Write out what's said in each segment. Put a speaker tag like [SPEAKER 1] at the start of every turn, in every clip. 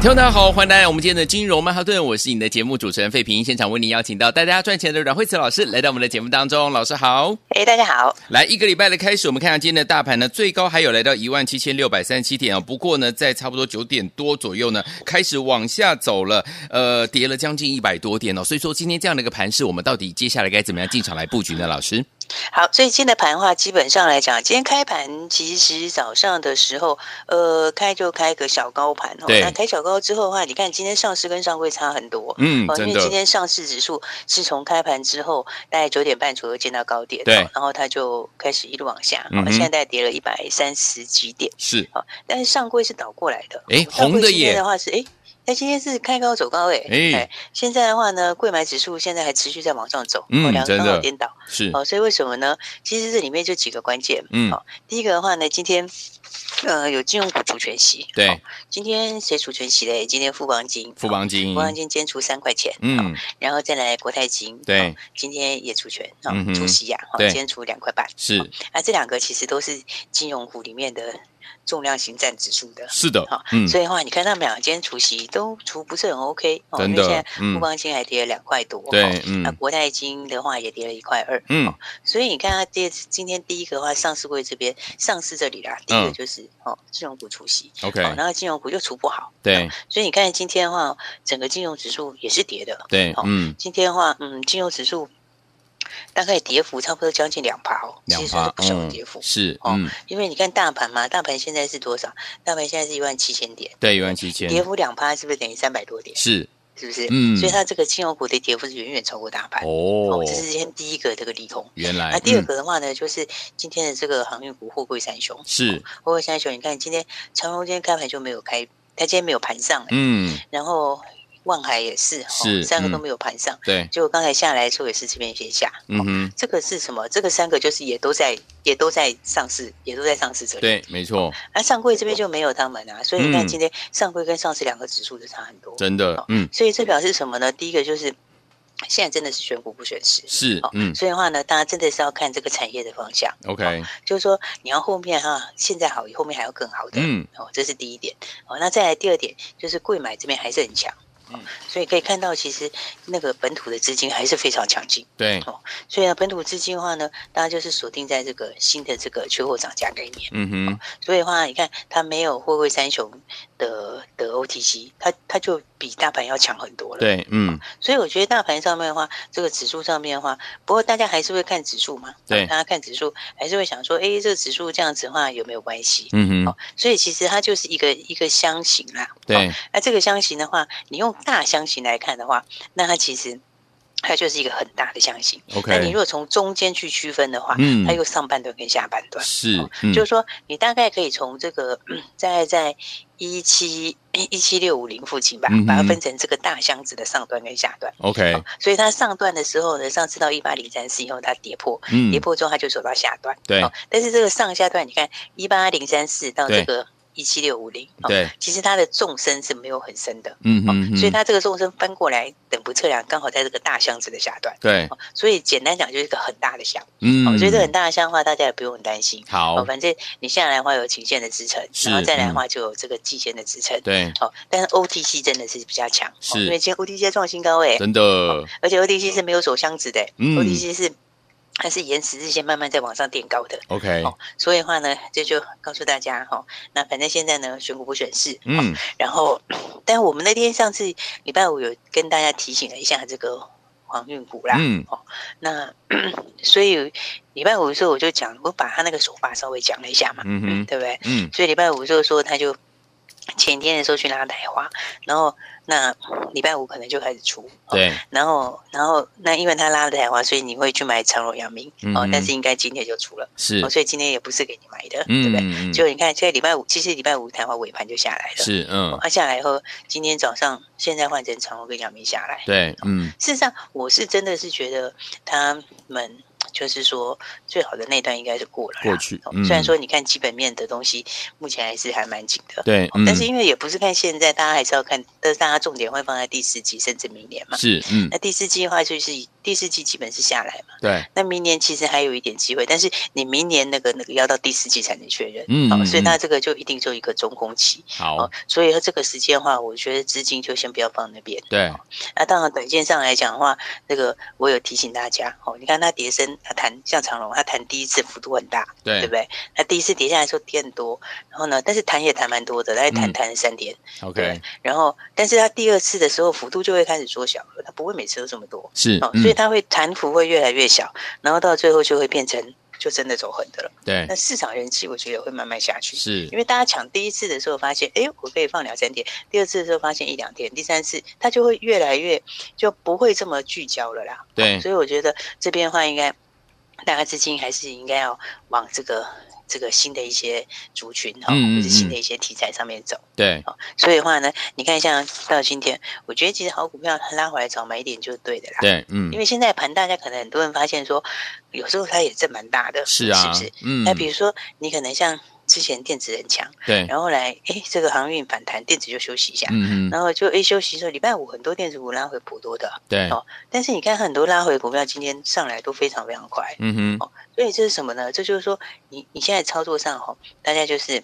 [SPEAKER 1] 听众大家好，欢迎大家来我们今天的金融曼哈顿，我是你的节目主持人费平，现场为您邀请到带大家赚钱的阮慧慈老师来到我们的节目当中，老师好。
[SPEAKER 2] 哎，大家好。
[SPEAKER 1] 来一个礼拜的开始，我们看看今天的大盘呢，最高还有来到一万七千六百三十七点哦。不过呢，在差不多九点多左右呢，开始往下走了，呃，跌了将近一百多点哦。所以说，今天这样的一个盘势，我们到底接下来该怎么样进场来布局呢？老师，
[SPEAKER 2] 好，所以今天的盘的话，基本上来讲，今天开盘其实早上的时候，呃，开就开个小高盘哦。
[SPEAKER 1] 对
[SPEAKER 2] 那开小高之后的话，你看今天上市跟上柜差很多。
[SPEAKER 1] 嗯
[SPEAKER 2] 哦，因
[SPEAKER 1] 真
[SPEAKER 2] 为今
[SPEAKER 1] 的，
[SPEAKER 2] 天上市指数是从开盘之后大概九点半左右见到高点，
[SPEAKER 1] 对
[SPEAKER 2] 哦然后它就开始一路往下，
[SPEAKER 1] 嗯
[SPEAKER 2] 哦
[SPEAKER 1] 哼，
[SPEAKER 2] 现在大概跌了一百三十几点，
[SPEAKER 1] 是
[SPEAKER 2] 但是上柜是倒过来的，
[SPEAKER 1] 哎
[SPEAKER 2] 哦上柜
[SPEAKER 1] 红的
[SPEAKER 2] 今天
[SPEAKER 1] 耶
[SPEAKER 2] 的话是哎，那今天是开高走高哎，
[SPEAKER 1] 哎
[SPEAKER 2] 现在的话呢，贵买指数现在还持续在往上走，
[SPEAKER 1] 嗯
[SPEAKER 2] 哦，两个
[SPEAKER 1] 真
[SPEAKER 2] 刚好
[SPEAKER 1] 的
[SPEAKER 2] 颠倒，
[SPEAKER 1] 是，
[SPEAKER 2] 哦，所以为什么呢？其实这里面就几个关键。
[SPEAKER 1] 嗯，
[SPEAKER 2] 好第一个的话呢，今天呃有金融股除权息，
[SPEAKER 1] 对
[SPEAKER 2] 哦，今天谁除权息嘞？今天富邦金，哦
[SPEAKER 1] 富邦金
[SPEAKER 2] 富，邦金今天除三块钱，哦，
[SPEAKER 1] 嗯，
[SPEAKER 2] 然后再来国泰金，
[SPEAKER 1] 对
[SPEAKER 2] 哦，今天也除权，哦
[SPEAKER 1] 嗯哼，
[SPEAKER 2] 除息呀，哦，
[SPEAKER 1] 对
[SPEAKER 2] 今天除两块半，
[SPEAKER 1] 是
[SPEAKER 2] 啊，这两个其实都是金融股里面的重量型占指数的。
[SPEAKER 1] 是的
[SPEAKER 2] 好，
[SPEAKER 1] 嗯，
[SPEAKER 2] 所以的话，你看他们俩今天除息都除不是很 OK，哦，
[SPEAKER 1] 真
[SPEAKER 2] 因为现
[SPEAKER 1] 的
[SPEAKER 2] 在，
[SPEAKER 1] 嗯
[SPEAKER 2] 富，邦金还跌了两块多，哦，
[SPEAKER 1] 对，
[SPEAKER 2] 那
[SPEAKER 1] 嗯
[SPEAKER 2] 国泰金的话也跌了一块二，
[SPEAKER 1] 嗯，
[SPEAKER 2] 所以你看它第二次今天第一个的话，上市会这边上市这里啦，第一个
[SPEAKER 1] 嗯
[SPEAKER 2] 就是、哦金融股除息，
[SPEAKER 1] ，OK，
[SPEAKER 2] 哦，然后金融股又除不好，
[SPEAKER 1] 对
[SPEAKER 2] 所以你看今天的话，整个金融指数也是跌的。
[SPEAKER 1] 对，嗯，
[SPEAKER 2] 今天的话，嗯，金融指数大概跌幅差不多将近两趴哦，
[SPEAKER 1] 两
[SPEAKER 2] 其实
[SPEAKER 1] 趴
[SPEAKER 2] 是，不小的
[SPEAKER 1] 嗯
[SPEAKER 2] 跌幅，。
[SPEAKER 1] 是，
[SPEAKER 2] 哦
[SPEAKER 1] 嗯，
[SPEAKER 2] 因为你看大盘嘛，大盘现在是多少？大盘现在是一万七千点，
[SPEAKER 1] 对，一万七千，
[SPEAKER 2] 跌幅两趴，是不是等于三百多点？
[SPEAKER 1] 是，
[SPEAKER 2] 是不是？
[SPEAKER 1] 嗯
[SPEAKER 2] 所以它这个金融股的跌幅是远远超过大盘。
[SPEAKER 1] 哦
[SPEAKER 2] 哦，这是今天第一个这个利空。
[SPEAKER 1] 原来
[SPEAKER 2] 那啊第二
[SPEAKER 1] 嗯
[SPEAKER 2] 个的话呢，就是今天的这个航运股货柜三雄，
[SPEAKER 1] 是，
[SPEAKER 2] 货柜三雄，你看今天长荣今天开盘就没有开，它今天没有盘上、欸，
[SPEAKER 1] 嗯，
[SPEAKER 2] 然后万海也是，哦
[SPEAKER 1] 是
[SPEAKER 2] 三个都
[SPEAKER 1] 嗯
[SPEAKER 2] 没有盘上，
[SPEAKER 1] 对，
[SPEAKER 2] 结果刚才下来的时候也是这边先下，
[SPEAKER 1] 嗯
[SPEAKER 2] 哦
[SPEAKER 1] 哼，
[SPEAKER 2] 这个是什么？这个三个就是也都在也都在上市，也都在上市这里，
[SPEAKER 1] 对，没错，
[SPEAKER 2] 那、上柜这边就没有他们啊，所以你看
[SPEAKER 1] 嗯
[SPEAKER 2] 今天上柜跟上市两个指数就差很多，
[SPEAKER 1] 真的
[SPEAKER 2] 哦，
[SPEAKER 1] 嗯，
[SPEAKER 2] 所以这表示什么呢？第一个就是现在真的是选股不选市。
[SPEAKER 1] 是
[SPEAKER 2] 哦，
[SPEAKER 1] 嗯
[SPEAKER 2] 所以的话呢，大家真的是要看这个产业的方向。
[SPEAKER 1] ，OK，
[SPEAKER 2] 就是说你要后面哈、现在好，后面还要更好的，
[SPEAKER 1] 嗯，
[SPEAKER 2] 哦，这是第一点。哦，那再来第二点就是贵买这边还是很强，哦
[SPEAKER 1] 嗯
[SPEAKER 2] 所以可以看到其实那个本土的资金还是非常强劲。
[SPEAKER 1] 对，
[SPEAKER 2] 所以呢，本土资金的话呢，大家就是锁定在这个新的这个缺货涨价概念。
[SPEAKER 1] 嗯哼，
[SPEAKER 2] 所以的话，你看它没有货柜三雄的的 OTC，它它就比大盘要强很多了。
[SPEAKER 1] 对，嗯，
[SPEAKER 2] 所以我觉得大盘上面的话，这个指数上面的话，不过大家还是会看指数嘛。
[SPEAKER 1] 对
[SPEAKER 2] 啊大家看指数还是会想说，诶，这个指数这样子的话有没有关系？
[SPEAKER 1] 嗯哼
[SPEAKER 2] 哦，所以其实它就是一个一个箱型啦。哦
[SPEAKER 1] 对，
[SPEAKER 2] 那这个箱型的话，你用大箱型来看的话，那它其实它就是一个很大的箱型。哦那你
[SPEAKER 1] ，OK，
[SPEAKER 2] 如果从中间去区分的话，
[SPEAKER 1] 嗯
[SPEAKER 2] 它又上半段跟下半段，
[SPEAKER 1] 是
[SPEAKER 2] 哦，
[SPEAKER 1] 嗯
[SPEAKER 2] 就是说你大概可以从这个在在一七一七六五零附近吧
[SPEAKER 1] 嗯哼，
[SPEAKER 2] 把它分成这个大箱子的上段跟下段。
[SPEAKER 1] ，OK，
[SPEAKER 2] 哦所以它上段的时候呢，上次到一八零三四以后，它跌破，
[SPEAKER 1] 嗯
[SPEAKER 2] 跌，破之后它就走到下段。
[SPEAKER 1] 对
[SPEAKER 2] 哦，但是这个上下段，你看一八零三四到
[SPEAKER 1] 对
[SPEAKER 2] 这个一七六五零，哦，
[SPEAKER 1] 对，
[SPEAKER 2] 其实它的纵深是没有很深的，
[SPEAKER 1] 嗯
[SPEAKER 2] 哦
[SPEAKER 1] 哼，
[SPEAKER 2] 所以
[SPEAKER 1] 嗯
[SPEAKER 2] 它这个纵深翻过来等不测量，刚好在这个大箱子的下段。
[SPEAKER 1] 对，
[SPEAKER 2] 哦所以简单讲就是一个很大的箱，
[SPEAKER 1] 嗯，
[SPEAKER 2] 哦，所以这个很大的箱的话，大家也不用很担心。
[SPEAKER 1] 好
[SPEAKER 2] 哦，，反正你下来的话有颈线的支撑，
[SPEAKER 1] 是
[SPEAKER 2] 然后再来的
[SPEAKER 1] 嗯
[SPEAKER 2] 话就有这个季线的支撑。
[SPEAKER 1] 对，
[SPEAKER 2] 哦，但是 OTC 真的是比较强，哦
[SPEAKER 1] 是
[SPEAKER 2] 因为今天 OTC 创新高欸位，
[SPEAKER 1] 真的，
[SPEAKER 2] 而且 OTC 是没有走箱子的、
[SPEAKER 1] 嗯
[SPEAKER 2] o t c 是它是沿十日线慢慢在往上垫高的。
[SPEAKER 1] ，OK，
[SPEAKER 2] 哦，所以的话呢，这就告诉大家哈、哦，那反正现在呢选股不选市，
[SPEAKER 1] 嗯，
[SPEAKER 2] 然后，但我们那天上次礼拜五有跟大家提醒了一下这个航运股啦，
[SPEAKER 1] 嗯，
[SPEAKER 2] 那 所以礼拜五的时候我就讲，我把他那个手法稍微讲了一下嘛，
[SPEAKER 1] 嗯哼，
[SPEAKER 2] 对不对？
[SPEAKER 1] 嗯，
[SPEAKER 2] 所以礼拜五就说他就前天的时候去拉台花，然后那礼拜五可能就开始出，哦
[SPEAKER 1] 对，
[SPEAKER 2] 然后然后那因为他拉了台花，所以你会去买长荣、阳明
[SPEAKER 1] 嗯
[SPEAKER 2] 哦
[SPEAKER 1] 哼，
[SPEAKER 2] 但是应该今天就出了，
[SPEAKER 1] 是
[SPEAKER 2] 哦，，所以今天也不是给你买的，对不对？
[SPEAKER 1] 嗯，
[SPEAKER 2] 就你看，所以礼拜五其实礼拜五台花尾盘就下来了，
[SPEAKER 1] 是，嗯，
[SPEAKER 2] 啊，下来以后，今天早上现在换成长荣跟阳明下来，
[SPEAKER 1] 对，嗯，
[SPEAKER 2] 事实上，我是真的是觉得他们就是说最好的那段应该是过了啦
[SPEAKER 1] 过去
[SPEAKER 2] 哦
[SPEAKER 1] 嗯
[SPEAKER 2] 虽然说你看基本面的东西目前还是还蛮紧的，
[SPEAKER 1] 对
[SPEAKER 2] 哦
[SPEAKER 1] 嗯
[SPEAKER 2] 但是因为也不是看现在，大家还是要看，但是大家重点会放在第四季甚至明年嘛。
[SPEAKER 1] 是，嗯，
[SPEAKER 2] 那第四季的话，就是第四季基本是下来嘛，
[SPEAKER 1] 对，
[SPEAKER 2] 那明年其实还有一点机会，但是你明年那个那个要到第四季才能确认，
[SPEAKER 1] 嗯嗯
[SPEAKER 2] 哦，所以
[SPEAKER 1] 嗯
[SPEAKER 2] 它这个就一定就一个中空期，
[SPEAKER 1] 好，，
[SPEAKER 2] 所以它这个时间的话，我觉得资金就先不要放那边，
[SPEAKER 1] 对，
[SPEAKER 2] 那当然，短线上来讲的话，那个我有提醒大家哦，你看它跌升，它弹像长龙，它弹第一次幅度很大，对
[SPEAKER 1] 对
[SPEAKER 2] 不，对？它第一次跌下来的时候跌很多，然后呢，但是弹也弹蛮多的，大概
[SPEAKER 1] 嗯
[SPEAKER 2] 弹弹了三天，对
[SPEAKER 1] OK，
[SPEAKER 2] 然后但是它第二次的时候幅度就会开始缩小了，它不会每次都这么多，
[SPEAKER 1] 是，
[SPEAKER 2] 哦，
[SPEAKER 1] 嗯
[SPEAKER 2] 所以它会弹幅会越来越小，然后到最后就会变成就真的走横的了。
[SPEAKER 1] 对
[SPEAKER 2] 那，市场人气我觉得会慢慢下去，
[SPEAKER 1] 是，
[SPEAKER 2] 因为大家抢第一次的时候发现，哎，我可以放两三天；第二次的时候发现一两天；第三次它就会越来越就不会这么聚焦了啦。哦
[SPEAKER 1] 对
[SPEAKER 2] 所以我觉得这边的话，应该大家资金还是应该要往这个这个新的一些族群哈，
[SPEAKER 1] 嗯嗯
[SPEAKER 2] 或者
[SPEAKER 1] 嗯
[SPEAKER 2] 新的一些题材上面走。
[SPEAKER 1] 对，
[SPEAKER 2] 所以的话呢，你看像到今天，我觉得其实好股票拉回来找买点就是对的啦。
[SPEAKER 1] 对，嗯
[SPEAKER 2] 因，为现在盘大家可能很多人发现说，有时候它也挣蛮大的，
[SPEAKER 1] 是啊
[SPEAKER 2] 是不是？，
[SPEAKER 1] 嗯
[SPEAKER 2] 那，比如说你可能像之前电子很强。
[SPEAKER 1] 对，
[SPEAKER 2] 然后来，哎，这个航运反弹，电子就休息一下，
[SPEAKER 1] 嗯嗯，
[SPEAKER 2] 然后就哎休息的时候，礼拜五很多电子股拉回补多的，
[SPEAKER 1] 对，
[SPEAKER 2] 哦但是你看很多拉回股票今天上来都非常非常快，
[SPEAKER 1] 嗯哼，
[SPEAKER 2] 所以这是什么呢？这就是说你你现在操作上吼，大家就是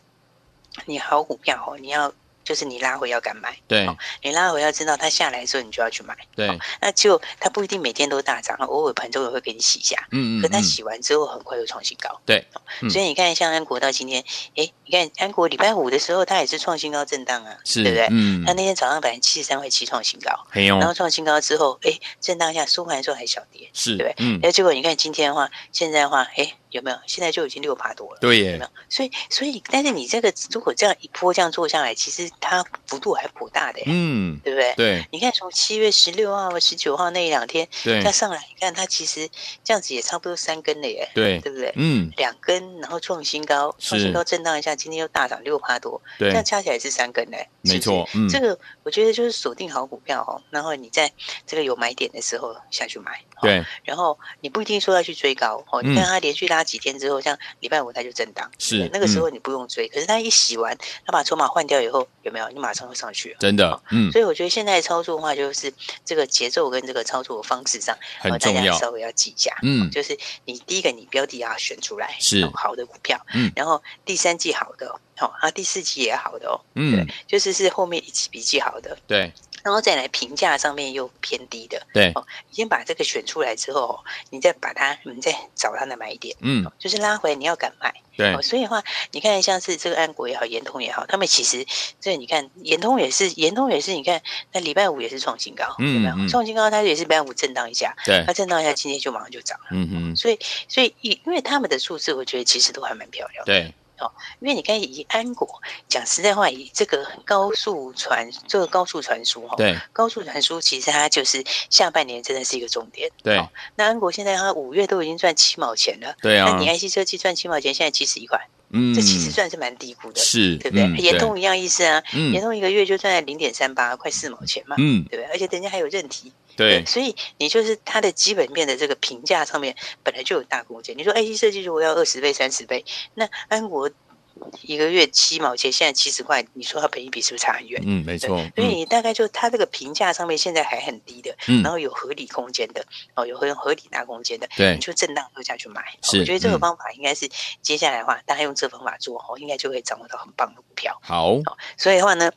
[SPEAKER 2] 你好股票吼，你要就是你拉回要敢买，
[SPEAKER 1] 对，
[SPEAKER 2] 你拉回要知道它下来的时候你就要去买，
[SPEAKER 1] 对，
[SPEAKER 2] 那就它不一定每天都大涨，偶尔盘中也会给你洗一下，
[SPEAKER 1] 嗯嗯，
[SPEAKER 2] 可它
[SPEAKER 1] 嗯
[SPEAKER 2] 洗完之后很快就创新高。
[SPEAKER 1] 对
[SPEAKER 2] 哦，
[SPEAKER 1] 嗯
[SPEAKER 2] 所以你看，像安国到今天，诶，你看安国礼拜五的时候，它也是创新高震荡啊，
[SPEAKER 1] 是，
[SPEAKER 2] 对不对？
[SPEAKER 1] 嗯，哦
[SPEAKER 2] 它那天早上百分之七十三块七创新高，
[SPEAKER 1] 很有
[SPEAKER 2] 然，后创新高之后，诶，震荡一下收盘的时候还小跌，
[SPEAKER 1] 是，
[SPEAKER 2] 对
[SPEAKER 1] 嗯，
[SPEAKER 2] 哎，结果你看今天的话，现在的话，诶，有没有？现在就已经六趴多了。
[SPEAKER 1] 对
[SPEAKER 2] 有没
[SPEAKER 1] 耶，
[SPEAKER 2] 有？所以，所以，但是你这个如果这样一波这样做下来，其实它幅度还颇大的耶，
[SPEAKER 1] 嗯，
[SPEAKER 2] 对不对？
[SPEAKER 1] 对，
[SPEAKER 2] 你看从七月十六号、十九号那一两天，
[SPEAKER 1] 对
[SPEAKER 2] 它，上来，你看它其实这样子也差不多三根了耶，
[SPEAKER 1] 对，
[SPEAKER 2] 对不对？
[SPEAKER 1] 嗯，
[SPEAKER 2] 两根，然后创新高，
[SPEAKER 1] 是
[SPEAKER 2] 创新高震荡一下，今天又大涨六趴多，这
[SPEAKER 1] 对，
[SPEAKER 2] 样加起来是三根嘞、是不是
[SPEAKER 1] 没错，嗯，
[SPEAKER 2] 这个我觉得就是锁定好股票哦，然后你在这个有买点的时候下去买，哦，
[SPEAKER 1] 对，
[SPEAKER 2] 然后你不一定说要去追高哦，
[SPEAKER 1] 嗯
[SPEAKER 2] 你看它连续拉几天之后，像礼拜五它就震荡，
[SPEAKER 1] 是嗯
[SPEAKER 2] 对不对那个时候你不用追，可是它一洗完，它把筹码换掉以后，有没有？你马上就上去了。
[SPEAKER 1] 真的，嗯，
[SPEAKER 2] 所以我觉得现在操作的话，就是这个节奏跟这个操作方式上，
[SPEAKER 1] 很
[SPEAKER 2] 呃
[SPEAKER 1] 重
[SPEAKER 2] 大
[SPEAKER 1] 要
[SPEAKER 2] 家稍微要记一下。哦
[SPEAKER 1] 嗯，
[SPEAKER 2] 就是你第一个，你标的要选出来
[SPEAKER 1] 是
[SPEAKER 2] 哦好的股票，
[SPEAKER 1] 嗯
[SPEAKER 2] 然后第三季好的，好、啊，第四季也好的哦，
[SPEAKER 1] 嗯，
[SPEAKER 2] 就是是后面一季比一季好的，
[SPEAKER 1] 对，
[SPEAKER 2] 然后再来评价上面又偏低的，
[SPEAKER 1] 对，
[SPEAKER 2] 你先把这个选出来之后哦，你再把它，你再找它的买点，
[SPEAKER 1] 嗯，
[SPEAKER 2] 就是拉回来你要敢买，
[SPEAKER 1] 对
[SPEAKER 2] 哦，，所以的话，你看像是这个安国也好，联通也好，他们其实这你看联通也是，联通也是，你看那礼拜五也是创新高，
[SPEAKER 1] 嗯
[SPEAKER 2] 有没有
[SPEAKER 1] 嗯
[SPEAKER 2] 创新高它也是礼拜五震荡一下，
[SPEAKER 1] 对
[SPEAKER 2] 它，震荡一下今天就马上就涨。
[SPEAKER 1] 嗯哼，
[SPEAKER 2] 所以，所以以因为他们的数字，我觉得其实都还蛮漂亮的。
[SPEAKER 1] 对，
[SPEAKER 2] 因为你看，以安国讲实在话，以这个高速传这个高速传输哈，
[SPEAKER 1] 对，
[SPEAKER 2] 高速传输其实它就是下半年真的是一个重点。
[SPEAKER 1] 对
[SPEAKER 2] 哦，那安国现在它五月都已经赚七毛钱了，
[SPEAKER 1] 对啊
[SPEAKER 2] 那，你 IC 设计赚七毛钱，现在七十一块，
[SPEAKER 1] 嗯，
[SPEAKER 2] 这其实算是蛮低估的，
[SPEAKER 1] 是，
[SPEAKER 2] 对不对
[SPEAKER 1] 嗯？
[SPEAKER 2] 联通一样意思啊，
[SPEAKER 1] 嗯
[SPEAKER 2] 联通一个月就赚了零点三八，快四毛钱嘛，
[SPEAKER 1] 嗯，
[SPEAKER 2] 对不对？而且人家还有任提，
[SPEAKER 1] 对，
[SPEAKER 2] 所以你就是它的基本面的这个评价上面本来就有大空间。你说哎 A C 设计如果要二十倍、三十倍，那安国一个月七毛钱，现在七十块，你说它本益比是不是差很远？
[SPEAKER 1] 嗯，没错，
[SPEAKER 2] 所以你大概就它这个评价上面现在还很低的，
[SPEAKER 1] 嗯
[SPEAKER 2] 然后有合理空间的，哦，有很合理大空间的，
[SPEAKER 1] 对
[SPEAKER 2] 你就震荡就下去买。哦
[SPEAKER 1] 是
[SPEAKER 2] 我觉得这个
[SPEAKER 1] 嗯
[SPEAKER 2] 方法应该是接下来的话，大家用这方法做哦，应该就可以掌握到很棒的股票。
[SPEAKER 1] 好，
[SPEAKER 2] 所以的话呢，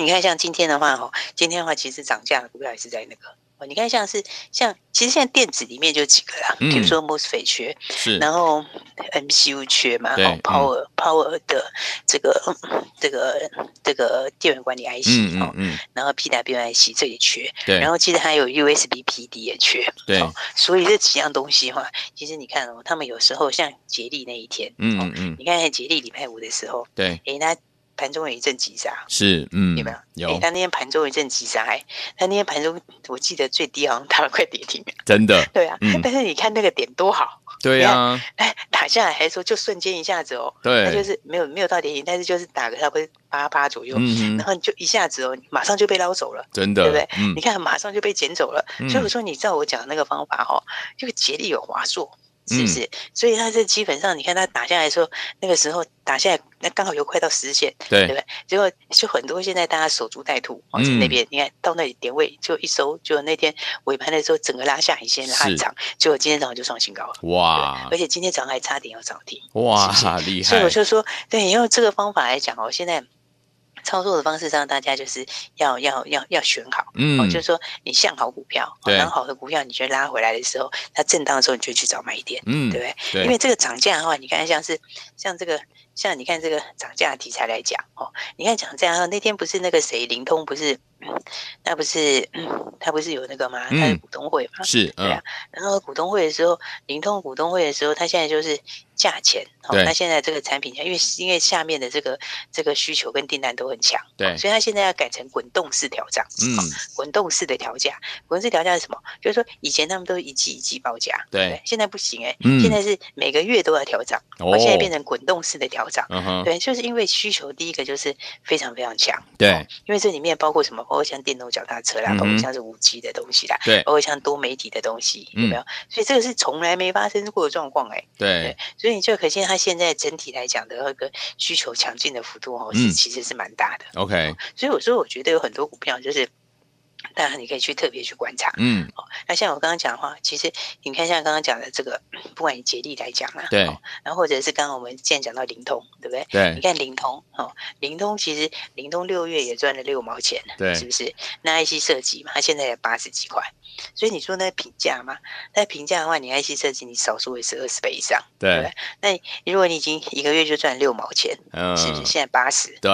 [SPEAKER 2] 你看像今天的话，哈，哦今天的话其实涨价的股票也是在那个。哦，你看像是像，其实现在电子里面就几个啦，
[SPEAKER 1] 嗯
[SPEAKER 2] 比如说 MOSFET 缺，
[SPEAKER 1] 是，
[SPEAKER 2] 然后 MCU 缺嘛，
[SPEAKER 1] 对
[SPEAKER 2] 哦
[SPEAKER 1] 嗯
[SPEAKER 2] ，Power、Power 的这个嗯这个这个电源管理 IC，、
[SPEAKER 1] 嗯嗯
[SPEAKER 2] 哦，
[SPEAKER 1] 嗯，
[SPEAKER 2] 然后 PWIC 这也缺，
[SPEAKER 1] 对，
[SPEAKER 2] 然后其实还有 USB PD 也缺，
[SPEAKER 1] 对，
[SPEAKER 2] 哦所以这几样东西的话，其实你看哦，他们有时候像杰力那一天，
[SPEAKER 1] 嗯
[SPEAKER 2] 哦
[SPEAKER 1] 嗯嗯，
[SPEAKER 2] 你看杰力礼拜五的时候，
[SPEAKER 1] 对，
[SPEAKER 2] 诶，那盘中有一阵急杀，
[SPEAKER 1] 是，嗯，
[SPEAKER 2] 有没有？哎
[SPEAKER 1] 有
[SPEAKER 2] 他，那天盘中有一阵急杀，哎，他那天盘中我记得最低好像打了快跌停了，
[SPEAKER 1] 真的，
[SPEAKER 2] 对啊。
[SPEAKER 1] 嗯
[SPEAKER 2] 但是你看那个点多好，
[SPEAKER 1] 对啊，
[SPEAKER 2] 哎，打下来还说就瞬间一下子哦，他就
[SPEAKER 1] 对，
[SPEAKER 2] 是没有没有到跌停，但是就是打个差不多八八左右，
[SPEAKER 1] 嗯
[SPEAKER 2] 然
[SPEAKER 1] 哼，
[SPEAKER 2] 后你就一下子哦，你马上就被捞走了。
[SPEAKER 1] 真的，
[SPEAKER 2] 对不对
[SPEAKER 1] 嗯
[SPEAKER 2] 你，看，马上就被捡走了。
[SPEAKER 1] 嗯
[SPEAKER 2] 所以我说，你照我讲的那个方法哦，这个竭力有华硕，是不是？
[SPEAKER 1] 嗯
[SPEAKER 2] 所以它这基本上，你看它打下来的时候，那个时候打下来，那刚好又快到实线，对不
[SPEAKER 1] 对，
[SPEAKER 2] 对？结果就很多现在大家守株待兔，哦，在
[SPEAKER 1] 嗯
[SPEAKER 2] 那边、你看到那里点位就一收，就那天尾盘的时候整个拉下影线拉
[SPEAKER 1] 是
[SPEAKER 2] 很长，结果今天早上就创新高了，
[SPEAKER 1] 哇
[SPEAKER 2] 而且今天早上还差点要涨停。
[SPEAKER 1] 哇，厉
[SPEAKER 2] 所以
[SPEAKER 1] 害
[SPEAKER 2] 我，就说，对，你用这个方法来讲哦，现在操作的方式让大家就是要要要要选好。
[SPEAKER 1] 嗯
[SPEAKER 2] 哦，，就是说你向好股票，哦
[SPEAKER 1] 对
[SPEAKER 2] 然后好的股票，你觉得拉回来的时候，它震荡的时候，你就去找买点，
[SPEAKER 1] 嗯
[SPEAKER 2] 对不，对？因
[SPEAKER 1] 对，
[SPEAKER 2] 为这个涨价的话，你看像是像这个像你看这个涨价的题材来讲，哦，你看涨价的话，那天不是那个谁灵通不是，嗯那不是、嗯他不是有那个吗？
[SPEAKER 1] 嗯
[SPEAKER 2] 他是股东会嘛，
[SPEAKER 1] 是，
[SPEAKER 2] 对
[SPEAKER 1] 嗯
[SPEAKER 2] 啊，然后股东会的时候，灵通股东会的时候，它现在就是价钱，哦
[SPEAKER 1] 对，
[SPEAKER 2] 它现在这个产品价，因为因为下面的这个这个需求跟订单都很强，
[SPEAKER 1] 对，
[SPEAKER 2] 所以它现在要改成滚动式调涨，
[SPEAKER 1] 嗯
[SPEAKER 2] 哦，滚动式的调价，滚动式调价是什么？就是说以前他们都一季一季报价，
[SPEAKER 1] 对
[SPEAKER 2] 不，现在不行哎、
[SPEAKER 1] 嗯
[SPEAKER 2] 现在是每个月都要调涨，
[SPEAKER 1] 哦，
[SPEAKER 2] 现在变成滚动式的调涨。
[SPEAKER 1] 嗯哼，
[SPEAKER 2] 对，就是因为需求，第一个就是非常非常强，
[SPEAKER 1] 对
[SPEAKER 2] 因为这里面包括什么？包括像电动脚踏车啦，
[SPEAKER 1] 嗯哼
[SPEAKER 2] 包括像是五 G 的东西啦，
[SPEAKER 1] 对
[SPEAKER 2] 包括像多媒体的东西，
[SPEAKER 1] 嗯
[SPEAKER 2] 有没有？所以这个是从来没发生过的状况哎、
[SPEAKER 1] 对，
[SPEAKER 2] 所以你就可见它现在整体来讲的那个需求强劲的幅度哦，
[SPEAKER 1] 嗯
[SPEAKER 2] 是其实是蛮大的。
[SPEAKER 1] ，OK，
[SPEAKER 2] 所以我说，我觉得有很多股票就是，当然你可以去特别去观察。
[SPEAKER 1] 嗯，
[SPEAKER 2] 那像我刚刚讲的话，其实你看像刚刚讲的这个，不管以捷力来讲啊，
[SPEAKER 1] 对
[SPEAKER 2] 哦然后或者是刚刚我们现在讲到灵通，对不对？你
[SPEAKER 1] 对
[SPEAKER 2] 看灵通哦，灵通其实灵通六月也赚了六毛钱，
[SPEAKER 1] 对
[SPEAKER 2] 是不是？那 IC 设计嘛，它现在也八十几块，所以你说那评价嘛，那评价的话，你 IC 设计你少说也是二十倍以上，
[SPEAKER 1] 对，
[SPEAKER 2] 如果你已经一个月就赚六毛钱，
[SPEAKER 1] 嗯，
[SPEAKER 2] 是不是？现在八十，
[SPEAKER 1] 对，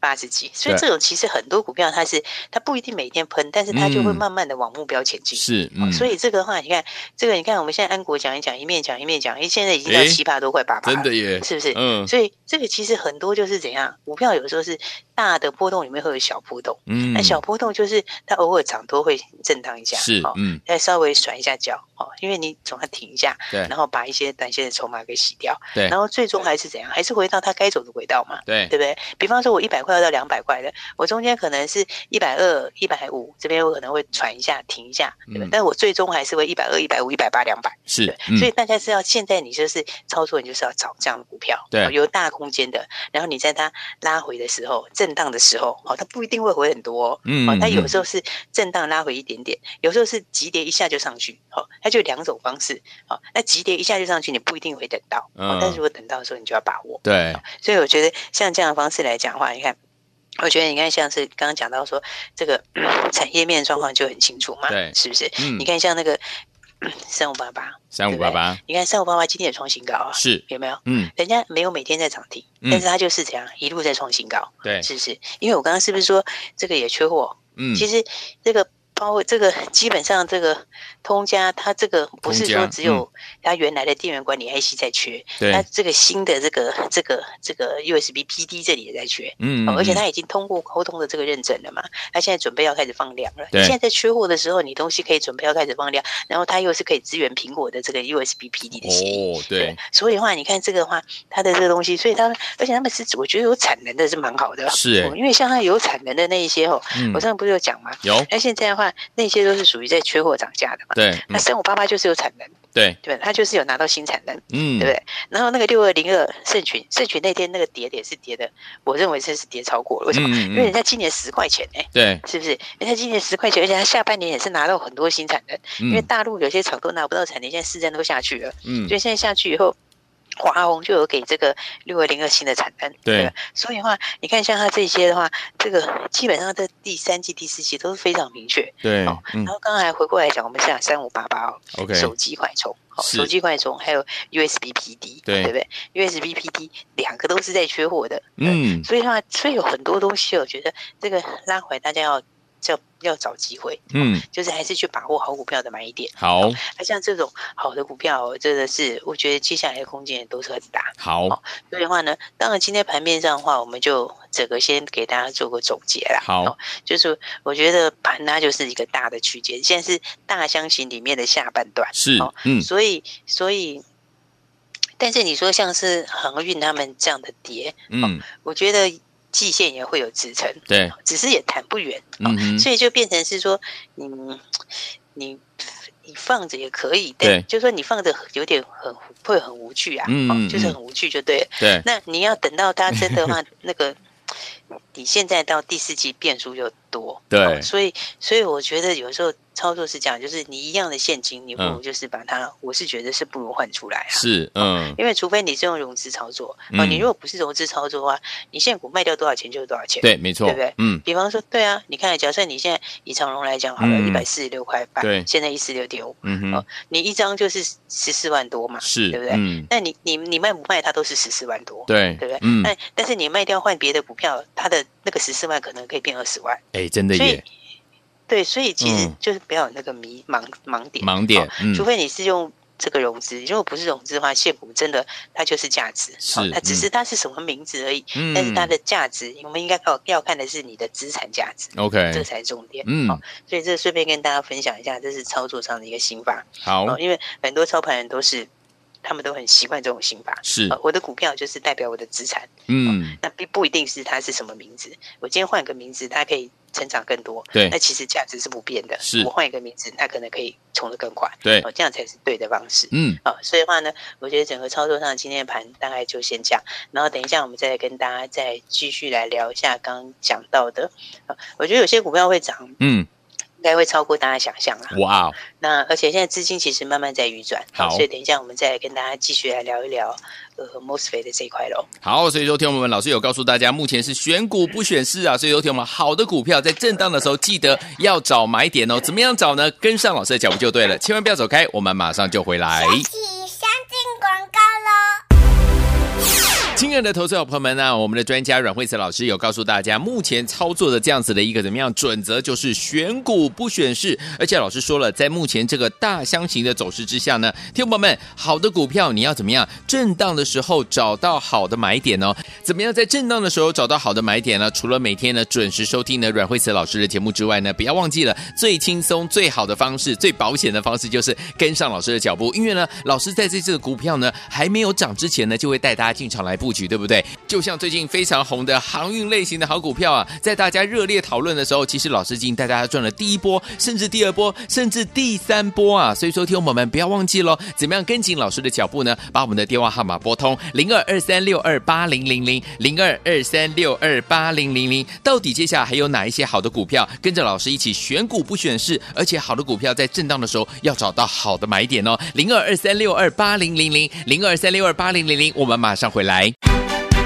[SPEAKER 2] 八十几，所以
[SPEAKER 1] 对
[SPEAKER 2] 这种其实很多股票它是它不一定每天喷，但是它就会
[SPEAKER 1] 嗯
[SPEAKER 2] 慢慢的往目标前进。
[SPEAKER 1] 是，
[SPEAKER 2] 哦
[SPEAKER 1] 嗯，
[SPEAKER 2] 所以这个的话，你看这个，你看我们现在安国讲一讲，一面讲一面讲，因为现在已经到
[SPEAKER 1] 诶
[SPEAKER 2] 七八多块八八了，
[SPEAKER 1] 真的耶，
[SPEAKER 2] 啊是不是？
[SPEAKER 1] 嗯
[SPEAKER 2] 所以这个其实很多就是怎样，股票有时候是大的波动里面会有小波动，
[SPEAKER 1] 嗯，
[SPEAKER 2] 那、小波动就是它偶尔涨多会震荡一下，
[SPEAKER 1] 是
[SPEAKER 2] 哦，，
[SPEAKER 1] 嗯，
[SPEAKER 2] 再稍微甩一下脚哦，因为你总要停一下，
[SPEAKER 1] 对
[SPEAKER 2] 然后把一些短线的筹码给洗掉，
[SPEAKER 1] 对
[SPEAKER 2] 然后最终还是怎样，还是回到它该走的轨道嘛，
[SPEAKER 1] 对
[SPEAKER 2] 对不对？比方说，我一百块到两百块的，我中间可能是一百二、一百五，这边我可能会喘一下、停一下，对不对？
[SPEAKER 1] 嗯
[SPEAKER 2] 但我最终还是会一百二、一百五、一百八、两百，
[SPEAKER 1] 是
[SPEAKER 2] 对，。
[SPEAKER 1] 嗯
[SPEAKER 2] 所以大概是要现在你就是操作，你就是要找这样的股票，
[SPEAKER 1] 对
[SPEAKER 2] 哦有大空间的，然后你在它拉回的时候、震荡的时候，哦，它不一定会回很多哦。
[SPEAKER 1] 嗯
[SPEAKER 2] 哦，它有时
[SPEAKER 1] 候
[SPEAKER 2] 候是震荡拉回一点点，有时候是急跌一下就上去，哦，它就有两种方式，哦，那急跌一下就上去，你不一定会等到，
[SPEAKER 1] 嗯，
[SPEAKER 2] 哦但是如果等到的时候，你就要把握。
[SPEAKER 1] 对，
[SPEAKER 2] 所以我觉得像这样的方式来讲的话，你看，我觉得你看像是刚刚讲到说这个嗯产业面状况就很清楚嘛，
[SPEAKER 1] 对
[SPEAKER 2] 是不是？
[SPEAKER 1] 嗯
[SPEAKER 2] 你，看像那个三五八八，
[SPEAKER 1] 三五八八
[SPEAKER 2] 你看三五八八今天也创新高啊，
[SPEAKER 1] 是，
[SPEAKER 2] 有没有？
[SPEAKER 1] 嗯，
[SPEAKER 2] 人家没有每天在涨停，
[SPEAKER 1] 嗯
[SPEAKER 2] 但是它就是怎样一路在创新高，
[SPEAKER 1] 对，
[SPEAKER 2] 哦是不是？因为我刚刚是不是说这个也缺货？
[SPEAKER 1] 嗯，
[SPEAKER 2] 其实这个包括这个基本上这个通家，它这个不是
[SPEAKER 1] 通家嗯
[SPEAKER 2] 说只有它原来的电源管理 IC 在缺，
[SPEAKER 1] 对
[SPEAKER 2] 那，这个新的这个这个这个 USB PD 这里也在缺。
[SPEAKER 1] 嗯，
[SPEAKER 2] 哦，而且
[SPEAKER 1] 嗯
[SPEAKER 2] 它已经通过沟通的这个认证了嘛，它现在准备要开始放量了。你
[SPEAKER 1] 对
[SPEAKER 2] 现在在缺货的时候，你东西可以准备要开始放量，然后它又是可以支援苹果的这个 USB PD 的协议。
[SPEAKER 1] 哦，对，，
[SPEAKER 2] 所以的话，你看这个的话，它的这个东西，所以它而且他们是我觉得有产能的是蛮好的，
[SPEAKER 1] 是欸
[SPEAKER 2] 哦因为像它有产能的那一些哦，
[SPEAKER 1] 嗯
[SPEAKER 2] 我，上次不是有讲嘛，
[SPEAKER 1] 有，
[SPEAKER 2] 那现在的话，那些都是属于在缺货涨价的嘛。
[SPEAKER 1] 对，
[SPEAKER 2] 那
[SPEAKER 1] 嗯，
[SPEAKER 2] 三五八八就是有产能，
[SPEAKER 1] 对，
[SPEAKER 2] 对吧，它就是有拿到新产能。
[SPEAKER 1] 嗯，
[SPEAKER 2] 对不对？然后那个六二零二盛群，盛群那天那个跌也是跌的，我认为这是跌超过了。为什么？
[SPEAKER 1] 嗯
[SPEAKER 2] 因为
[SPEAKER 1] 嗯，
[SPEAKER 2] 人
[SPEAKER 1] 嗯
[SPEAKER 2] 家今年十块钱哎、
[SPEAKER 1] 对，
[SPEAKER 2] 是不是？人家今年十块钱，而且他下半年也是拿到很多新产能，因为
[SPEAKER 1] 嗯
[SPEAKER 2] 大陆有些厂都拿不到产能，现在市占都下去了，
[SPEAKER 1] 嗯
[SPEAKER 2] 所以现在下去以后。华虹就有给这个六二零二新的产能，
[SPEAKER 1] 对
[SPEAKER 2] 吧，所以的话，你看像它这些的话，这个基本上在第三季、第四季都是非常明确。
[SPEAKER 1] 对
[SPEAKER 2] 哦，
[SPEAKER 1] 嗯
[SPEAKER 2] 然后刚才回过来讲，我们讲三五八八哦，
[SPEAKER 1] ，OK，
[SPEAKER 2] 手机快充，哦、
[SPEAKER 1] 是
[SPEAKER 2] 手机快充还有 USB PD，
[SPEAKER 1] 对
[SPEAKER 2] 对不对？USB PD 两个都是在缺货的，，
[SPEAKER 1] 嗯，
[SPEAKER 2] 所以的话，所以有很多东西，我觉得这个拉回大家要要要找机会，
[SPEAKER 1] 嗯，
[SPEAKER 2] 就是还是去把握好股票的买点。
[SPEAKER 1] 好
[SPEAKER 2] 那像这种好的股票哦，真的是我觉得接下来的空间也都是很大。
[SPEAKER 1] 好
[SPEAKER 2] 所以的话呢，当然今天盘面上的话，我们就整个先给大家做个总结啦。哦
[SPEAKER 1] 好，
[SPEAKER 2] 就是我觉得盘它就是一个大的区间，现在是大箱型里面的下半段，哦
[SPEAKER 1] 是
[SPEAKER 2] 好，
[SPEAKER 1] 嗯，
[SPEAKER 2] 所以所以，但是你说像是航运他们这样的跌，
[SPEAKER 1] 嗯，
[SPEAKER 2] 我觉得季线也会有支撑，
[SPEAKER 1] 对，
[SPEAKER 2] 只是也谈不远，
[SPEAKER 1] 嗯哼，
[SPEAKER 2] 哦所以就变成是说，嗯，你你放着也可以，
[SPEAKER 1] 对
[SPEAKER 2] 但就说你放着有点很会很无趣啊，
[SPEAKER 1] 嗯嗯
[SPEAKER 2] 哦，就是
[SPEAKER 1] 嗯
[SPEAKER 2] 很无趣就对了。
[SPEAKER 1] 对，
[SPEAKER 2] 那你要等到它真的话， 那个你现在到第四季变数就多，
[SPEAKER 1] 对
[SPEAKER 2] 哦所以所以我觉得有时候操作是这样，就是你一样的现金，你不
[SPEAKER 1] 嗯
[SPEAKER 2] 如就是把它，我是觉得是不如换出来啊。
[SPEAKER 1] 是，嗯，
[SPEAKER 2] 因为除非你是用融资操作，哦，
[SPEAKER 1] 嗯
[SPEAKER 2] 你如果不是融资操作的话，你现股卖掉多少钱就是多少钱。
[SPEAKER 1] 对，没错，
[SPEAKER 2] 对不对
[SPEAKER 1] 嗯，
[SPEAKER 2] 比方说，对啊，你看，假设你现在以长荣来讲好了，一
[SPEAKER 1] 嗯
[SPEAKER 2] 百四十六块半，
[SPEAKER 1] 对
[SPEAKER 2] 现在一四六点五，
[SPEAKER 1] 嗯哼
[SPEAKER 2] 哦，你一张就是十四万多嘛，
[SPEAKER 1] 是，
[SPEAKER 2] 对不对？
[SPEAKER 1] 嗯，
[SPEAKER 2] 那你你你卖不卖它都是十四万多，
[SPEAKER 1] 对，
[SPEAKER 2] 对不对？
[SPEAKER 1] 嗯，
[SPEAKER 2] 但但是你卖掉换别的股票，它的那个十四万可能可以变二十万，
[SPEAKER 1] 哎，真的
[SPEAKER 2] 所
[SPEAKER 1] 耶
[SPEAKER 2] 以，对，所以其实
[SPEAKER 1] 嗯
[SPEAKER 2] 就是不要有那个迷盲盲点，
[SPEAKER 1] 盲点
[SPEAKER 2] 哦，
[SPEAKER 1] 嗯，
[SPEAKER 2] 除非你是用。这个融资，如果不是融资的话，现股真的它就是价值，
[SPEAKER 1] 是
[SPEAKER 2] 哦它只
[SPEAKER 1] 嗯
[SPEAKER 2] 是它是什么名字而已，
[SPEAKER 1] 嗯
[SPEAKER 2] 但是它的价值，我们应该要要看的是你的资产价值，
[SPEAKER 1] OK，
[SPEAKER 2] 这才是重点。
[SPEAKER 1] 嗯
[SPEAKER 2] 哦，所以这顺便跟大家分享一下，这是操作上的一个心法。
[SPEAKER 1] 好，
[SPEAKER 2] 哦，因为很多操盘人都是，他们都很习惯这种心法。
[SPEAKER 1] 是，
[SPEAKER 2] 呃我的股票就是代表我的资产，
[SPEAKER 1] 嗯，
[SPEAKER 2] 那并不一定是它是什么名字。我今天换个名字，它可以成长更多。
[SPEAKER 1] 对
[SPEAKER 2] 那其实价值是不变的。
[SPEAKER 1] 是
[SPEAKER 2] 我换一个名字，它可能可以冲得更快。
[SPEAKER 1] 对，
[SPEAKER 2] 哦，这样才是对的方式。
[SPEAKER 1] 嗯，
[SPEAKER 2] 哦，所以的话呢，我觉得整个操作上今天的盘大概就先这样，然后等一下我们再来跟大家再继续来聊一下刚刚讲到的。哦我觉得有些股票会涨，
[SPEAKER 1] 嗯，
[SPEAKER 2] 应该会超过大家想象啊。
[SPEAKER 1] 哇哦，
[SPEAKER 2] 那而且现在资金其实慢慢在移转，哦
[SPEAKER 1] 好
[SPEAKER 2] 所以等一下我们再来跟大家继续来聊一聊呃 MOSFET 的这一块喽。
[SPEAKER 1] 好，所以说听我们老师有告诉大家，目前是选股不选市啊，所以有听我们好的股票在震荡的时候，记得要找买点哦。怎么样找呢？跟上老师的脚步就对了，千万不要走开，我们马上就回来。
[SPEAKER 3] 起相进广告喽。
[SPEAKER 1] 亲爱的投资者朋友们呢、我们的专家阮慧慈老师有告诉大家，目前操作的这样子的一个怎么样准则，就是选股不选市。而且老师说了，在目前这个大箱型的走势之下呢，听众朋友们，好的股票你要怎么样？震荡的时候找到好的买点哦。怎么样在震荡的时候找到好的买点呢？除了每天呢准时收听呢阮慧慈老师的节目之外呢，不要忘记了最轻松、最好的方式、最保险的方式就是跟上老师的脚步，因为呢，老师在这次的股票呢还没有涨之前呢，就会带大家进场来布局，对不对？就像最近非常红的航运类型的好股票啊，在大家热烈讨论的时候，其实老师已经带大家赚了第一波，甚至第二波，甚至第三波啊。所以说，听众朋友们不要忘记喽，怎么样跟紧老师的脚步呢？把我们的电话号码拨通零二二三六二八零零零零二二三六二八零零零。到底接下来还有哪一些好的股票？跟着老师一起选股不选市，而且好的股票在震荡的时候要找到好的买点哦。零二二三六二八零零零零二三六二八零零零，我们马上回来。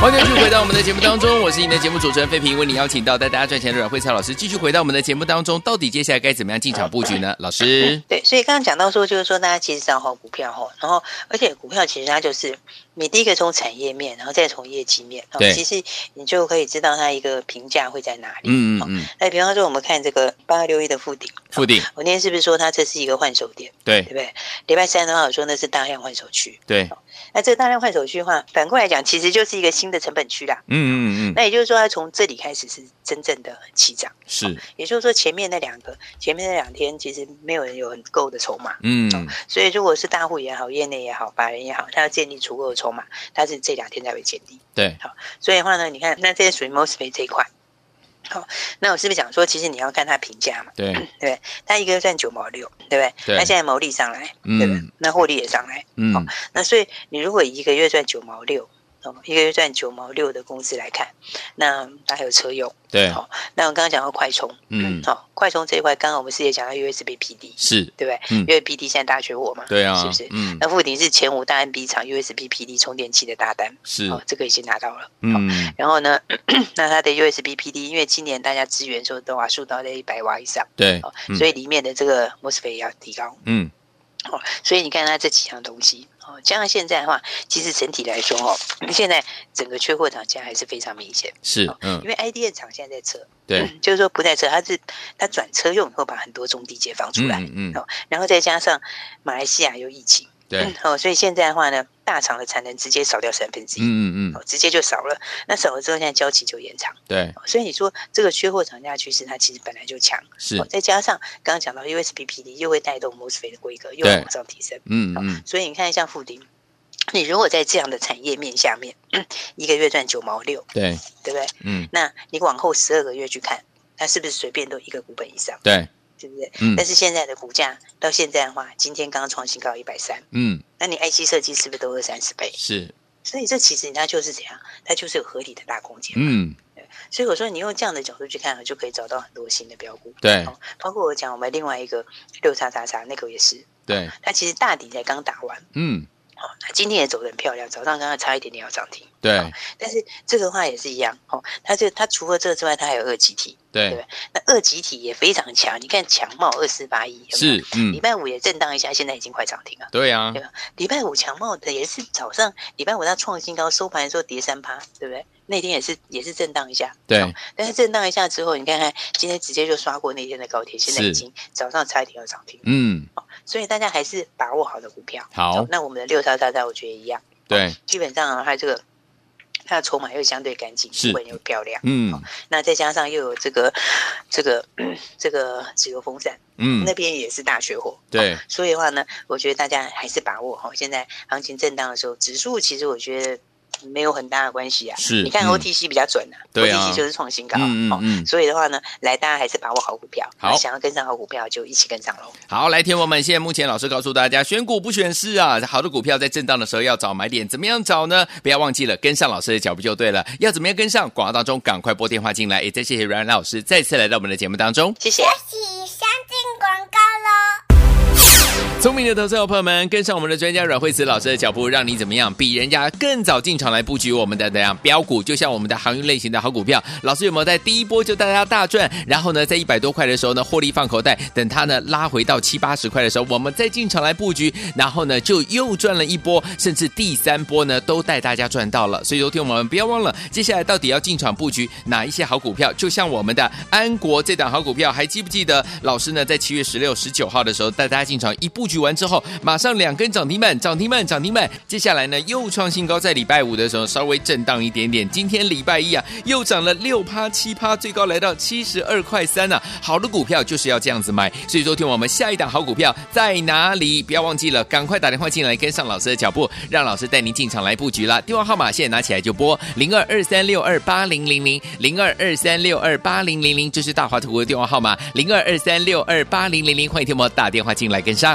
[SPEAKER 1] 欢迎继续回到我们的节目当中，我是您的节目主持人费平，为您邀请到带大家赚钱的阮慧超老师，继续回到我们的节目当中，到底接下来该怎么样进场布局呢？老 师，
[SPEAKER 2] 对，所以刚刚讲到说，就是说大家其实掌好股票哈，然后而且股票其实它就是你第一个从产业面，然后再从业绩面，哦
[SPEAKER 1] 对
[SPEAKER 2] 其实你就可以知道它一个评价会在哪里。
[SPEAKER 1] 嗯嗯
[SPEAKER 2] 哦
[SPEAKER 1] 嗯，
[SPEAKER 2] 那比方说我们看这个八二六一的附顶，
[SPEAKER 1] 复定，
[SPEAKER 2] 我那天是不是说它这是一个换手点，对
[SPEAKER 1] 对
[SPEAKER 2] 不对？礼拜三的话，我说那是大量换手区，
[SPEAKER 1] 对，
[SPEAKER 2] 那这个大量换手区的话，反过来讲，其实就是一个新的成本区啦。
[SPEAKER 1] 嗯嗯嗯，
[SPEAKER 2] 那也就是说，它从这里开始是真正的起涨，
[SPEAKER 1] 是，
[SPEAKER 2] 也就是说前面那两个，前面那两天其实没有人有很够的筹码。
[SPEAKER 1] 嗯
[SPEAKER 2] 所以，如果是大户也好，业内也好，法人也好，他要建立足够的筹码，他是这两天才会建立。
[SPEAKER 1] 对，
[SPEAKER 2] 所以的话呢，你看，那这些属于 mostly 这一块。好，那我是不是讲说，其实你要看它评价嘛，
[SPEAKER 1] 对，
[SPEAKER 2] 对不对？它一个月赚九毛六，对不对？
[SPEAKER 1] 对
[SPEAKER 2] 那现在毛利上来，
[SPEAKER 1] 嗯
[SPEAKER 2] 对不对？那获利也上来，
[SPEAKER 1] 嗯
[SPEAKER 2] 那所以你如果以一个月赚九毛六。哦，一个月赚九毛六的公司来看，那它还有车用，
[SPEAKER 1] 对，
[SPEAKER 2] 好、那我刚刚讲到快充，
[SPEAKER 1] 嗯
[SPEAKER 2] 好、快充这一块，刚刚我们是也讲到 USB PD，
[SPEAKER 1] 是，
[SPEAKER 2] 对不对？
[SPEAKER 1] 嗯
[SPEAKER 2] 因为 PD 现在大缺货嘛，
[SPEAKER 1] 对啊
[SPEAKER 2] 是不是，？
[SPEAKER 1] 嗯
[SPEAKER 2] 那富鼎是前五大 NB 厂 USB PD 充电器的大单，
[SPEAKER 1] 是，
[SPEAKER 2] 哦，这个已经拿到了。
[SPEAKER 1] 嗯
[SPEAKER 2] 然后呢，那它的 USB PD，因为今年大家资源说都瓦啊数到在一百瓦以上，
[SPEAKER 1] 对
[SPEAKER 2] 哦，，
[SPEAKER 1] 嗯
[SPEAKER 2] 所以里面的这个 MOSFET 也要提高。
[SPEAKER 1] 嗯
[SPEAKER 2] 哦，所以你看它这几样东西，哦，加上现在的话，其实整体来说，哦，现在整个缺货厂现在还是非常明显，
[SPEAKER 1] 是
[SPEAKER 2] 哦，
[SPEAKER 1] 嗯
[SPEAKER 2] 因为 IDM 厂现在在撤，
[SPEAKER 1] 对，
[SPEAKER 2] 就是说不在撤，它是它转车用以后把很多中低阶放出来，
[SPEAKER 1] 嗯嗯嗯
[SPEAKER 2] 哦，然后再加上马来西亚有疫情。
[SPEAKER 1] 对，
[SPEAKER 2] 嗯哦，所以现在的话呢，大厂的产能直接少掉三分之一，
[SPEAKER 1] 嗯嗯嗯
[SPEAKER 2] 哦，直接就少了。那少了之后，现在交期就延长，
[SPEAKER 1] 对，
[SPEAKER 2] 哦所以你说这个缺货涨价趋势，它其实本来就强，
[SPEAKER 1] 是
[SPEAKER 2] 哦，，再加上刚刚讲到 USB PD 又会带动 MOSFET 的规格又
[SPEAKER 1] 对
[SPEAKER 2] 往上提升，
[SPEAKER 1] 嗯嗯
[SPEAKER 2] 所以你看像富鼎，你如果在这样的产业面下面，一个月赚九毛六，
[SPEAKER 1] 对，
[SPEAKER 2] 对不对？
[SPEAKER 1] 嗯
[SPEAKER 2] 那你往后十二个月去看，它是不是随便都一个股本以上，
[SPEAKER 1] 对，
[SPEAKER 2] 对不对？
[SPEAKER 1] 嗯
[SPEAKER 2] 但是现在的股价到现在的话，今天刚刚创新高一百三，
[SPEAKER 1] 嗯
[SPEAKER 2] 那你 IC 设计是不是都二三十倍？
[SPEAKER 1] 是，
[SPEAKER 2] 所以这其实它就是怎样，它就是有合理的大空间。
[SPEAKER 1] 嗯
[SPEAKER 2] 所以我说你用这样的角度去看，就可以找到很多新的标股。
[SPEAKER 1] 对
[SPEAKER 2] 哦，包括我讲我们另外一个六叉叉叉那个也是，
[SPEAKER 1] 对，
[SPEAKER 2] 它其实大底才刚打完，
[SPEAKER 1] 嗯
[SPEAKER 2] 哦，它今天也走得很漂亮，早上刚刚差一点点要涨停，
[SPEAKER 1] 对
[SPEAKER 2] 但是这个话也是一样，哦，它这它除了这个之外，它还有二级体，
[SPEAKER 1] 对
[SPEAKER 2] 那二级体也非常强，你看强茂二四八一，有没有
[SPEAKER 1] 是，嗯
[SPEAKER 2] 礼拜五也震荡一下，现在已经快涨停了。
[SPEAKER 1] 对啊，
[SPEAKER 2] 礼拜五强茂的也是早上，礼拜五它创新高，收盘的时候跌三趴，对不对？那天也是也是震荡一下，
[SPEAKER 1] 对
[SPEAKER 2] 但是震荡一下之后，你看看今天直接就刷过那天的高铁，现在
[SPEAKER 1] 是
[SPEAKER 2] 已经早上差一点要涨停，
[SPEAKER 1] 嗯
[SPEAKER 2] 所以大家还是把握好的股票。
[SPEAKER 1] 好
[SPEAKER 2] 那我们的六叉叉叉，我觉得一样，
[SPEAKER 1] 对，
[SPEAKER 2] 基本上啊它这个它的筹码又相对干净，
[SPEAKER 1] 是
[SPEAKER 2] 股本又漂亮，
[SPEAKER 1] 嗯
[SPEAKER 2] 那再加上又有这个这个这个石油风扇，
[SPEAKER 1] 嗯
[SPEAKER 2] 那边也是大缺货，
[SPEAKER 1] 对
[SPEAKER 2] 所以的话呢，我觉得大家还是把握哈，现在行情震荡的时候，指数其实我觉得没有很大的关系啊。
[SPEAKER 1] 是
[SPEAKER 2] 你看
[SPEAKER 1] 嗯
[SPEAKER 2] OTC 比较准啊
[SPEAKER 1] 对啊
[SPEAKER 2] o t c 就是创新高，
[SPEAKER 1] 嗯嗯
[SPEAKER 2] 哦
[SPEAKER 1] 嗯
[SPEAKER 2] 所以的话呢，来大家还是把握好股票，
[SPEAKER 1] 好
[SPEAKER 2] 想要跟上好股票就一起跟上喽。
[SPEAKER 1] 好，来，天王们，现在目前老师告诉大家，选股不选市啊，好的股票在震荡的时候要找买点，怎么样找呢？不要忘记了跟上老师的脚步就对了。要怎么样跟上？广告当中赶快拨电话进来。也再谢谢阮老师再次来到我们的节目当中。
[SPEAKER 2] 谢谢。
[SPEAKER 3] 起相进广告喽。
[SPEAKER 1] 聪明的投资者朋友们，跟上我们的专家阮慧慈老师的脚步，让你怎么样比人家更早进场来布局我们的怎样标股？就像我们的航运类型的好股票，老师有没有在第一波就带大家大赚？然后呢，在一百多块的时候呢，获利放口袋，等它呢拉回到七八十块的时候，我们再进场来布局，然后呢就又赚了一波，甚至第三波呢都带大家赚到了。所以，昨天我们不要忘了，接下来到底要进场布局哪一些好股票？就像我们的安国这档好股票，还记不记得老师呢在七月十六、十九号的时候带大家进场，一布局完之后，马上两根涨停板，涨停板，涨停板。接下来呢又创新高，在礼拜五的时候稍微震荡一点点，今天礼拜一啊又涨了六趴七趴，最高来到七十二块三啊。好的股票就是要这样子买，所以昨天我们下一档好股票在哪里？不要忘记了，赶快打电话进来跟上老师的脚步，让老师带您进场来布局啦。电话号码现在拿起来就拨零二二三六二八零零零零二二三六二八零零零，这是大华图的电话号码零二二三六二八零零零，欢迎听我打电话进来跟上。